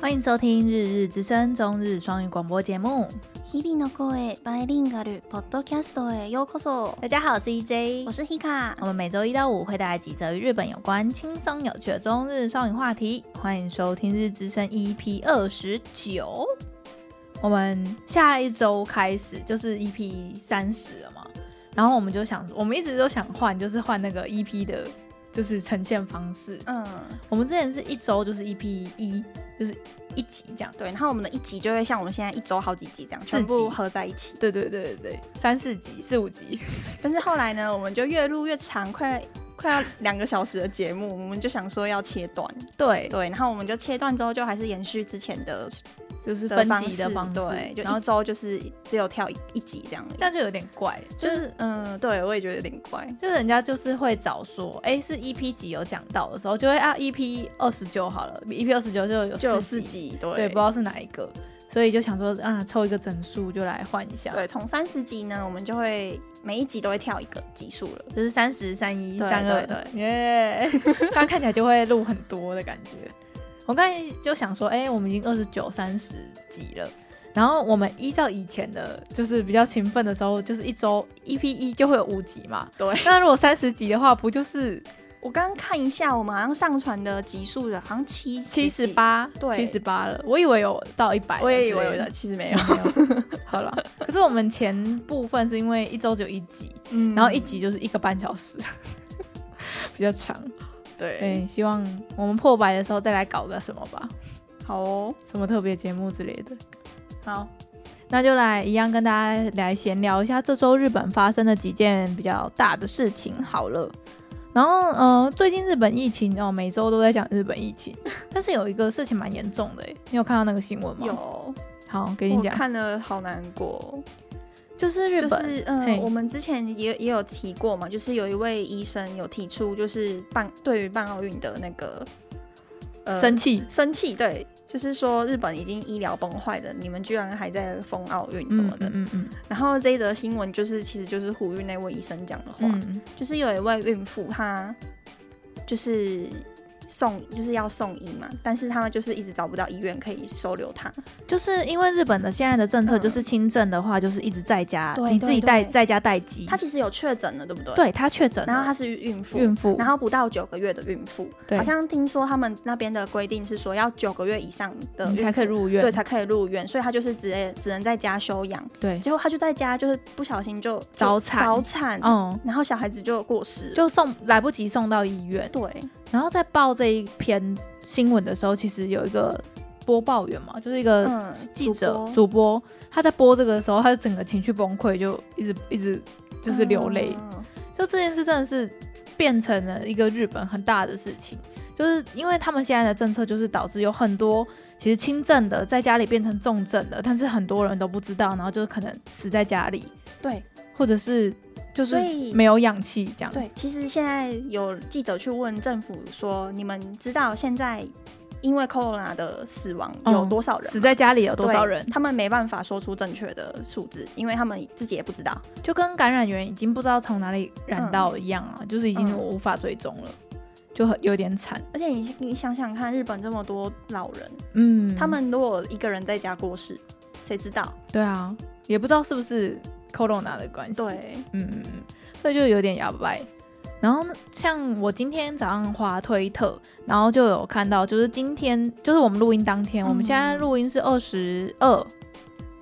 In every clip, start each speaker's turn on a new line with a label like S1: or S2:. S1: 欢迎收听《日日之声》中日双语广播节目。
S2: 日々の声バイリンガルポッドキャストへようこそ。
S1: 大家好，我是 E EJ，
S2: 我是 Hika
S1: 我。们每周一到五会带来几则与日本有关、轻松有趣的中日双语话题，欢迎收听《日之声》EP 二十九。我们下一周开始就是 EP 三十了嘛，然后我们就想，我们一直都想换，就是换那个 EP 的，就是呈现方式。
S2: 嗯，
S1: 我们之前是一周就是 EP 一，就是一集这样。
S2: 对，然后我们的一集就会像我们现在一周好几集这样，
S1: 四集
S2: 全部合在一起。
S1: 对对对对对，三四集、四五集。
S2: 但是后来呢，我们就越录越长，快快要两个小时的节目，我们就想说要切断。
S1: 对，
S2: 对，然后我们就切断之后，就还是延续之前的
S1: 就是
S2: 的
S1: 分
S2: 方
S1: 级的
S2: 式
S1: 方式，
S2: 对，就
S1: 然后
S2: 一周就是只有跳一一集这样而已。
S1: 这样就有点怪，就
S2: 就是是嗯，对我也觉得有点怪。
S1: 就是人家就是会找说，哎、是 EP 几有讲到的时候，就会啊 EP 二十九好了，EP 二十九就有
S2: 就有
S1: 四
S2: 四
S1: 集，
S2: 集，
S1: 对，不知道是哪一个，所以就想说啊，凑一个整数就来换一下，
S2: 对，从三十集呢，我们就会每一集都会跳一个集数了。
S1: 就是三十、三一、
S2: 对
S1: 三二，
S2: 对
S1: 耶，这样看起来就会录很多的感觉。我刚才就想说，哎、我们已经二十九、三十集了，然后我们依照以前的，就是比较勤奋的时候，就是一周 EP 一就会有五集嘛。
S2: 对，
S1: 那如果三十集的话，不就是
S2: 我刚刚看一下，我们好像上传的集数了，好像七
S1: 七十，八、
S2: 对
S1: 七十八了？我以为有到一百，
S2: 我也以为有的，，其实没
S1: 没
S2: 有。
S1: 有。好了，可是我们前部分是因为一周只有一集，
S2: 嗯
S1: 然后一集就是一个半小时， 比较长。
S2: 对，
S1: 对，希望我们破百的时候再来搞个什么吧，
S2: 好哦，
S1: 什么特别节目之类的。
S2: 好，
S1: 那就来一样跟大家来闲聊一下这周日本发生的几件比较大的事情好了。然后，呃，最近日本疫情哦，每周都在讲日本疫 情，但是有一个事情蛮严重的诶，你有看到那个新闻吗？
S2: 有
S1: 好，给你
S2: 我
S1: 讲，
S2: 看了好难过，
S1: 就是日
S2: 就
S1: 本，
S2: 是
S1: 嘿
S2: 嗯，我们之前也也有提过嘛，就是有一位医生有提出，就是办对于办奥运的那个呃
S1: 生气，
S2: 生气，对，就是说日本已经医疗崩坏了，你们居然还在封奥运什么的。
S1: 嗯嗯
S2: 然后这一则新闻就是，其实就是呼吁那位医生讲的话，
S1: 嗯嗯，
S2: 就是有一位孕妇，她就是送，就是要送医嘛，但是她就是一直找不到医院可以收留她。
S1: 就是因为日本的现在的政策
S2: 嗯
S1: 就是轻症的话，就是一直在家，
S2: 对
S1: 你自己
S2: 对
S1: 带
S2: 对
S1: 在家待机。
S2: 她其实有确诊了，对不对？。
S1: 对他确诊了，
S2: 然后她是孕妇，
S1: 孕妇，
S2: 然后不到九个月的孕妇，
S1: 对
S2: 好像听说他们那边的规定是说要九个月以上的
S1: 你
S2: 孕
S1: 嗯才可以
S2: 妇
S1: 入院。
S2: 对才可以入院，所以她就是直接只能在家休养。
S1: 对，
S2: 结果她就在家就是不小心就
S1: 早产
S2: 早产，
S1: 嗯，
S2: 然后小孩子就过世了。
S1: 就送来不及送到医院。
S2: 对，
S1: 然后在报这一篇新闻的时候，其实有一个播报员嘛，就是一个
S2: 嗯
S1: 记者、
S2: 主播
S1: 主播，他在播这个的时候，他就整个情绪崩溃，就一直一直就是流泪。
S2: 嗯
S1: 就这件事真的是变成了一个日本很大的事情，就是因为他们现在的政策就是导致有很多其实轻症的在家里变成重症的，但是很多人都不知道，然后就是可能死在家里，
S2: 对
S1: 或者是就是
S2: 所以
S1: 没有氧气这样。
S2: 对，其实现在有记者去问政府说，你们知道现在因为 corona 的死亡有
S1: 嗯
S2: 多少人吗？
S1: 死在家里有多少
S2: 对
S1: 人？
S2: 他们没办法说出正确的数字，因为他们自己也不知道。
S1: 就跟感染源已经不知道从哪里染到一样啊，就是已经
S2: 嗯
S1: 无法追踪了，就很有点惨。
S2: 而且你你想想看，日本这么多老人，
S1: 嗯，
S2: 他们如果一个人在家过世，谁知道？
S1: 对啊，也不知道是不是 corona 的关系。，
S2: 对，
S1: 嗯嗯嗯，所以就有点哑巴。然后呢像我今天早上滑推特，然后就有看到，就是今天就是我们录音当天，
S2: 嗯
S1: 我们现在录音是二十二，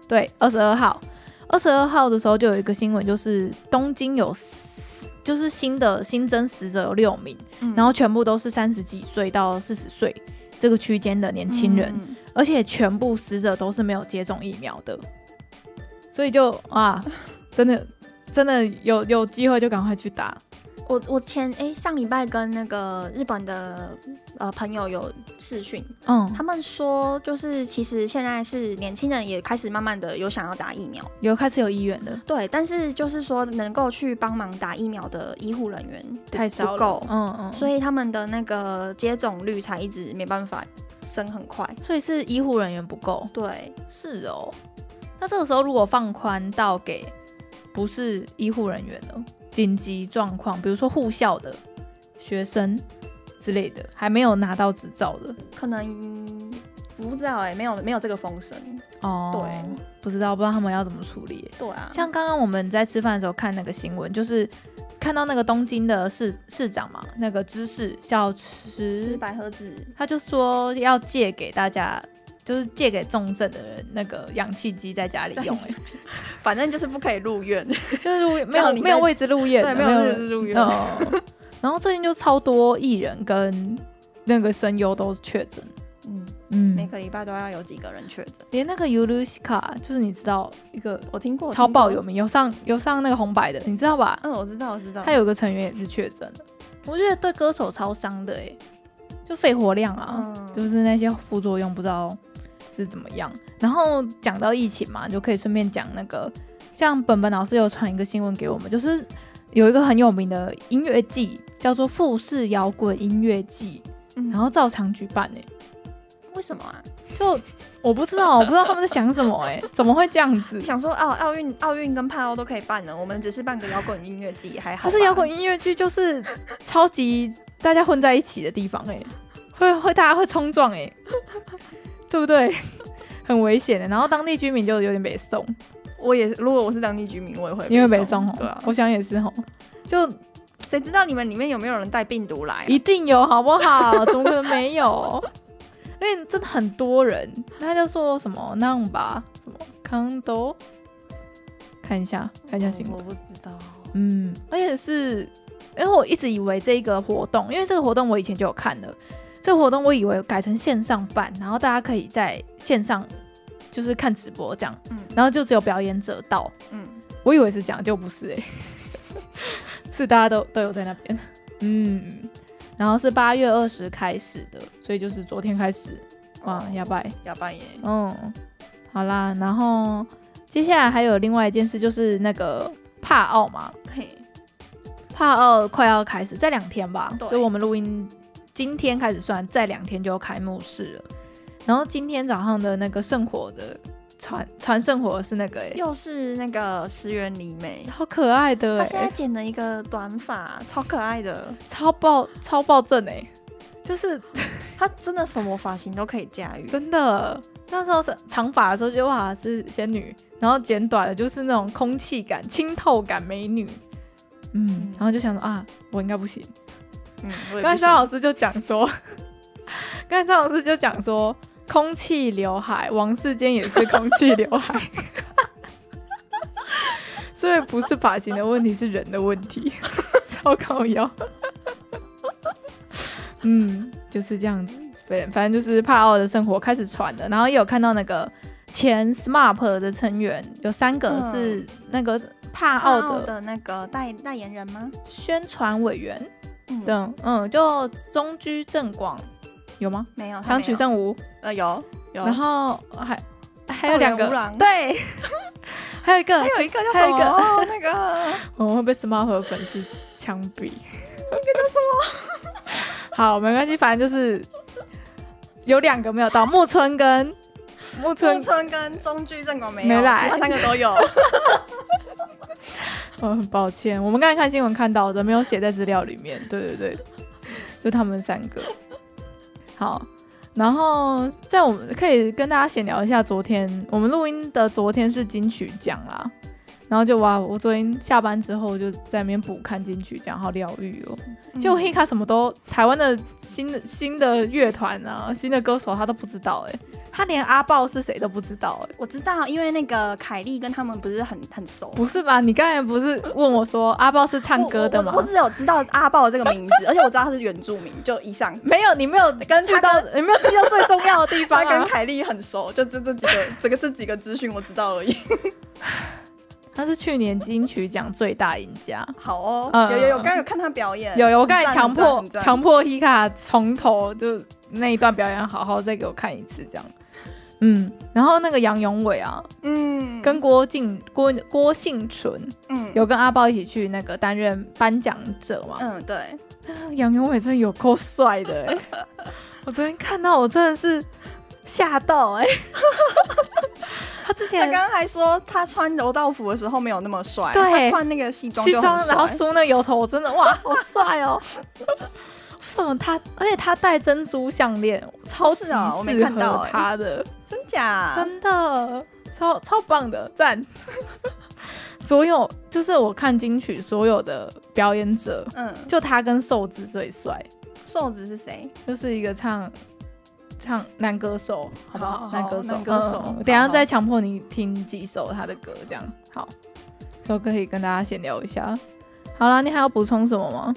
S1: 对，二十二号，二十二号的时候就有一个新闻，就是东京有死就是新的新增死者有六名。
S2: 嗯
S1: 然后全部都是三十几岁到四十岁这个区间的年轻人，
S2: 嗯
S1: 而且全部死者都是没有接种疫苗的，所以就啊，真的真的有有机会就赶快去打。
S2: 我我前哎、上礼拜跟那个日本的呃朋友有视讯，
S1: 嗯，
S2: 他们说就是其实现在是年轻人也开始慢慢的有想要打疫苗，
S1: 有开始有医院的，
S2: 对，但是就是说能够去帮忙打疫苗的医护人员不
S1: 太少
S2: 不
S1: 了
S2: 够，，
S1: 嗯嗯，
S2: 所
S1: 以
S2: 以他们的那个接种率才一直没办法升很快。
S1: 所以是医护人员不够，
S2: 对，
S1: 是哦。那这个时候如果放宽到给不是医护人员呢，紧急状况，比如说护校的学生之类的，还没有拿到执照的，
S2: 可能我不知道哎、没有没有这个风声。
S1: 哦，
S2: 对，
S1: 不知道不知道他们要怎么处理耶。
S2: 对啊，
S1: 像刚刚我们在吃饭的时候看那个新闻，就是看到那个东京的市市长嘛，那个知事小
S2: 吃
S1: 池，
S2: 百合子，
S1: 他就说要借给大家，就是借给重症的人那个氧气机在家里 用、欸，
S2: 反正就是不可以入院。
S1: 就是入没
S2: 叫
S1: 有
S2: 你在
S1: 没有位置入夜的，
S2: 对 没有位置入夜
S1: 哦然后最近就超多艺人跟那个声优都确诊，
S2: 嗯，每
S1: 嗯，
S2: 个礼拜都要有几个人确诊。
S1: 连那个 Yurushka 就是你知道一个
S2: 哦我听过，
S1: 超爆
S2: 有。
S1: 有名，有上有上那个红白的，你知道吧？
S2: 嗯，我知道，我知道。
S1: 他有个成员也是确诊的，我觉得对歌手超伤的哎、就肺活量啊，
S2: 嗯，
S1: 就是那些副作用不知道是怎么样。然后讲到疫情嘛，就可以顺便讲那个，像本本老师有传一个新闻给我们，就是有一个很有名的音乐季叫做富士摇滚音乐季，
S2: 嗯
S1: 然后照常举办哎、
S2: 为什么啊？
S1: 就我不知道，我不知道他们在想什么哎、怎么会这样子？
S2: 想说哦，奥运奥运跟帕欧都可以办呢，我们只是办个摇滚音乐季，还好吧。
S1: 哦可是摇滚音乐剧就是超级大家混在一起的地方哎、会会大家会冲撞 哎、对不对？很危险欸的、然后当地居民就有点被送，
S2: 我也，如果我是当地居民，我也会。
S1: 因为被送哦吼，
S2: 对啊，哎
S1: 我想也是吼，就
S2: 谁知道你们里面有没有人带病毒来啊、
S1: 一定有好不好？ 怎么可能没有？因为真的很多人，他就说什么那样吧，什么康都，看一下看一下新闻
S2: 我。不知道。
S1: 嗯，而且是因为我一直以为这个活动，因为这个活动我以前就有看了，这个活动我以为改成线上办，然后大家可以在线上就是看直播这样，
S2: 嗯
S1: 然后就只有表演者到，
S2: 嗯，
S1: 我以为是这样，就不是哎、 是大家都都有在那边，嗯，然后是八月二十开始的，所以就是昨天开始，哇，
S2: 哦
S1: 要拜。
S2: 要扮演。
S1: 嗯，好啦，然后接下来还有另外一件事，就是那个帕奥嘛，
S2: 嘿，
S1: 帕奥呃快要开始，再两天吧，
S2: 对
S1: 就我们录音今天开始算，再两天就要开幕式了。然后今天早上的那个圣火的传 传圣火是那个、欸，
S2: 又是那个石原里美，
S1: 超可爱的、
S2: 她现在
S1: 欸，
S2: 剪了一个短发，超可爱的。
S1: 超爆超爆正哎、就是
S2: 她真的什么发型都可以驾驭。
S1: 真的。那时候是长发的时候就哇是仙女，然后剪短了就是那种空气感、清透感美女。嗯
S2: 嗯，
S1: 然后就想说啊，我应该不行。
S2: 嗯，我也
S1: 刚才
S2: 不行
S1: 张老师就讲说， 刚才张老师就讲说，空气刘海，王世坚也是空气刘海， 所以不是发型的问题，是人的问题， 超高腰。嗯，就是这样子，对，反正就是帕奥的生活开始传了，然后也有看到那个前 SMAP 的成员有三个
S2: 嗯
S1: 是那个帕
S2: 奥
S1: 奥的
S2: 的那个代代言人吗？
S1: 宣传委员。
S2: 嗯，
S1: 等嗯，就中居正广有吗？
S2: 没有，她
S1: 长
S2: 哦没
S1: 曲
S2: 有
S1: 正吾，
S2: 呃有有，
S1: 然后还还有两
S2: 奥
S1: 个，
S2: 良吾郎
S1: 对，还有一个
S2: 还，有一个叫
S1: 还
S2: 什
S1: 有一
S2: 么？
S1: 个
S2: 哦那个
S1: 我们会被 SMAP 的粉丝枪毙。那个叫什么？ 好，没关系，反正就是有两个没有到，木村跟木村
S2: 中， 村跟中居正广没有，
S1: 没来
S2: 其他三个都 有。
S1: 我很嗯抱歉，我们刚才看新闻看到的，没有写在资料里面。对对对，就他们三个。好，然后在我们可以跟大家闲聊一下，昨天我们录音的昨天是金曲奖啦，然后就哇，我昨天下班之后就在那边补看金曲奖，好疗愈哦。
S2: 嗯
S1: 就 Hika 什么都，台湾的新的新的乐团啊，新的歌手他都不知道哎、他连阿豹是谁都不知道哎、
S2: 我知道，因为那个凯莉跟他们不是很很熟。
S1: 不是吧？你刚才不是问我说阿豹是唱歌的吗？
S2: 我我我只有知道阿豹这个 名字，而且我知道他是原住民，就以上。
S1: 没有，你没有
S2: 跟
S1: 记
S2: 他
S1: 到，你没有记到最重要的地方、
S2: 他
S1: 啊
S2: 跟。凯莉很熟，就这这几个， 这个这几个资讯我知道而已。
S1: 他是去年金曲奖最大赢家。
S2: 好哦，
S1: 嗯
S2: 有有有，刚刚有看他表演，
S1: 有有，我刚才
S2: 很赞
S1: 强迫
S2: 很赞很赞
S1: 强迫 Hika 从头就那一段表演好好再给我看一次，这样。嗯，然后那个杨永伟啊，
S2: 嗯
S1: 跟郭靖郭郭幸存
S2: 嗯
S1: 有跟阿豹一起去那个担任颁奖者嘛。
S2: 嗯对，
S1: 杨永伟真的有够帅的、欸， 我昨天看到我真的是吓到哎、 他之
S2: 他
S1: 前
S2: 刚刚还说他穿柔道服的时候没有那么帅，
S1: 对
S2: 他穿那个西装
S1: 西
S2: 就很
S1: 装，然后
S2: 帅
S1: 梳那油头，我真的哇，好帅哦！什么他，而且他戴珍珠项链，超级
S2: 是哦我没
S1: 适
S2: 看到啊
S1: 合
S2: 哎
S1: 他的，
S2: 真假？
S1: 真的超超棒的，赞！ 所有就是我看金曲所有的表演者，
S2: 嗯，
S1: 就他跟瘦子最帅，
S2: 瘦子是谁？
S1: 就是一个唱唱男歌手，好不好？
S2: 好
S1: 男歌手，
S2: 男歌手
S1: 嗯等一下
S2: 好好
S1: 再强迫你听几首他的歌，这样好，就可以跟大家闲聊一下。好啦，你还要补充什么吗？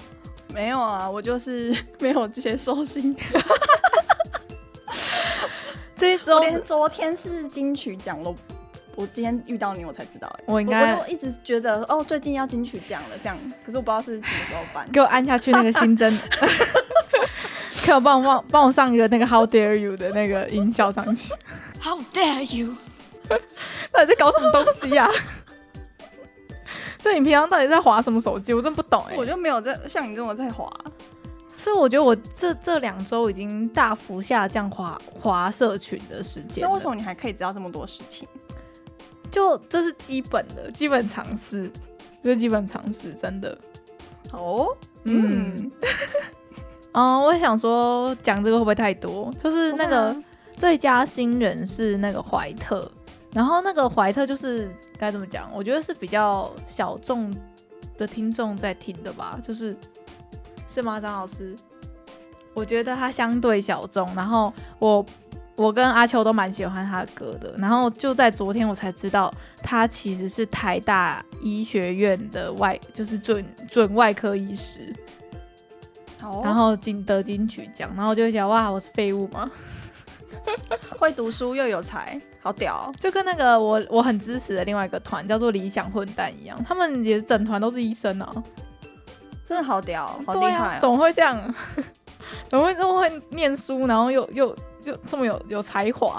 S2: 没有啊，我就是 没有接受薪水。
S1: 这一
S2: 我
S1: 周
S2: 连昨天是金曲奖都，我今天遇到你我才知道、欸。
S1: 我应
S2: 我
S1: 该
S2: 我就一直觉得哦，最近要金曲奖了这样，可是我不知道是什么时候办。
S1: 给我按下去那个新 增，可以帮我帮帮我上一个那个 How dare you 的那个音效上去？
S3: How dare you！
S1: 到底在搞什么东西呀、 所以你平常到底在划什么手机？我真不懂哎、
S2: 我就没有在像你这么在滑，
S1: 所以我觉得我这这两周已经大幅下降滑滑社群的时间了。
S2: 那为什么你还可以知道这么多事情？
S1: 就这是基本的基本常识，这是基本常识，真的。
S2: 哦，
S1: 嗯， 哦，我也想说讲这个会不会太多？就是那个最佳新人是那个怀特，然后那个怀特就是该怎么讲？我觉得是比较小众的听众在听的吧，就是是吗？张老师，我觉得他相对小众，然后我我跟阿秋都蛮喜欢他的歌的，然后就在昨天我才知道他其实是台大医学院的外，就是准准外科医师，
S2: 好，
S1: 然后金得金曲奖，然后我就会想哇，我是废物吗？
S2: 会读书又有才，好屌哦、
S1: 就跟那个我我很支持的另外一个团叫做理想混蛋一样，他们也是整团都是医生啊，
S2: 真的好屌，好厉
S1: 对
S2: 害、
S1: 啊，
S2: 哦
S1: 怎么会这样？ 怎么会这么会念书，然后又又又这么有有才华？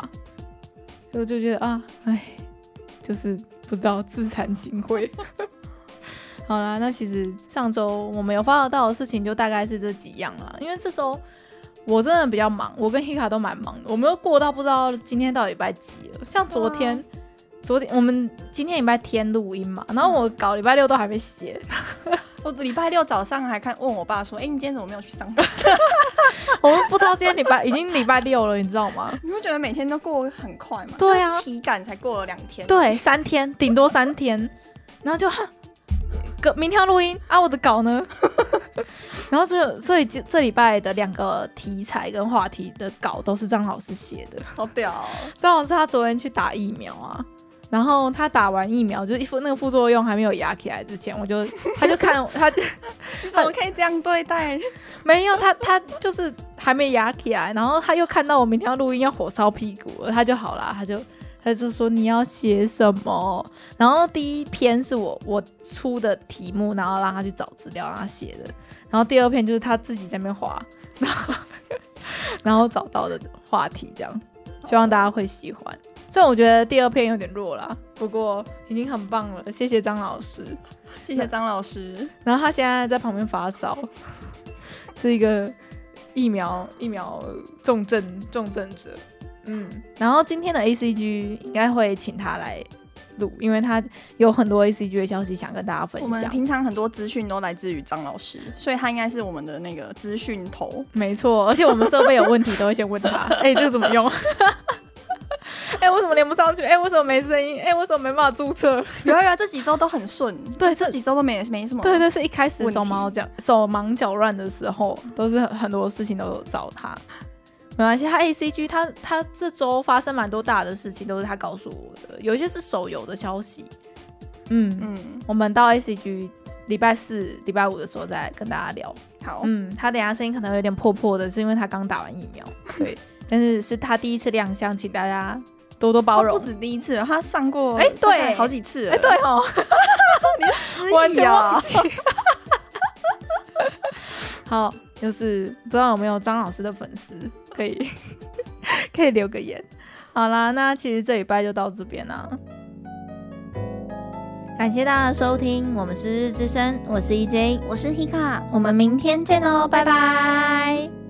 S1: 所以我就觉得啊，哎，就是不知道自惭形秽。 好啦，那其实上周我们有发到的事情就大概是这几样啦，因为这周我真的比较忙，我跟 Hika 都蛮忙的，我们都过到不知道今天到底礼拜几了。像昨天，
S2: 啊
S1: 昨天我们今天礼拜天录音嘛，然后
S2: 嗯
S1: 我搞礼拜六都还没写，
S2: 我礼拜六早上还看问我爸说，哎、你今天怎么没有去上班？
S1: 我们不知道今天礼拜已经礼拜六了，你知道吗？
S2: 你不觉得每天都过得很快吗？
S1: 对啊
S2: 就是体感才过了两天，，
S1: 对，三天，顶多三天，然后就哈，隔明天要录音啊，我的稿呢？ 然后就所以这这礼拜的两个题材跟话题的稿都是张老师写的。
S2: 好屌 哦、
S1: 张老师他昨天去打疫苗啊，然后他打完疫苗，就是一副那个副作用还没有压起来之前，我就他就看他
S2: 你怎么可以这样对待？
S1: 没有他他就是还没压起来，然后他又看到我明天要录音要火烧屁股了，他就好啦，他就他就说你要写什么，然后第一篇是我我出的题目，然后让他去找资料让他写的，然后第二篇就是他自己在那边划， 然后然后找到的话题这样，希望大家会喜欢。虽然我觉得第二篇有点弱啦，不过已经很棒了，谢谢张老师。
S2: 谢谢张老师，
S1: 然后他现在在旁边发烧， 是一个疫苗疫苗重症重症者。嗯，然后今天的 ACG 应该会请他来录，因为他有很多 ACG 的消息想跟大家分
S2: 我们
S1: 享。
S2: 平常很多资讯都来自于张老师，所以他应该是我们的那个资讯头。
S1: 没错，而且我们设备有问题都会先问 他，哎、这个怎么用？ 哎、为什么连不上去？哎、为什么没声音？哎、为什么没办法注册？
S2: 有啊有啊，这几周都很 顺，
S1: 对，这
S2: 这几周都没没什么。
S1: 对对，是一开始
S2: 问
S1: 手
S2: 题
S1: 忙脚手忙脚乱的时候，都是很很多事情都有找他。没关系，他 A C G 他他这周发生蛮多大的事情，都是他告诉我的，有一些是手游的消息。嗯，
S2: 嗯，
S1: 我们到 A C G 礼拜四、礼拜五的时候再跟大家聊。
S2: 好，
S1: 嗯，他等一下声音可能有点破破的，是因为他刚打完疫苗，对，但是是他第一次亮相，请大家多多包
S2: 他不
S1: 容。
S2: 止第一次了，他上过
S1: 哎
S2: 大概
S1: 对
S2: 好几次了，
S1: 哎、对哦，
S2: 对
S1: 完全忘记。 好，就是不知道有没有张老师的粉丝可以 可以留个言。好啦，那其实这礼拜就到这边啦。感谢大家的收听，我们是日之声，我是 EJ，
S2: 我是 Hika，
S1: 我们明天见喽，拜拜。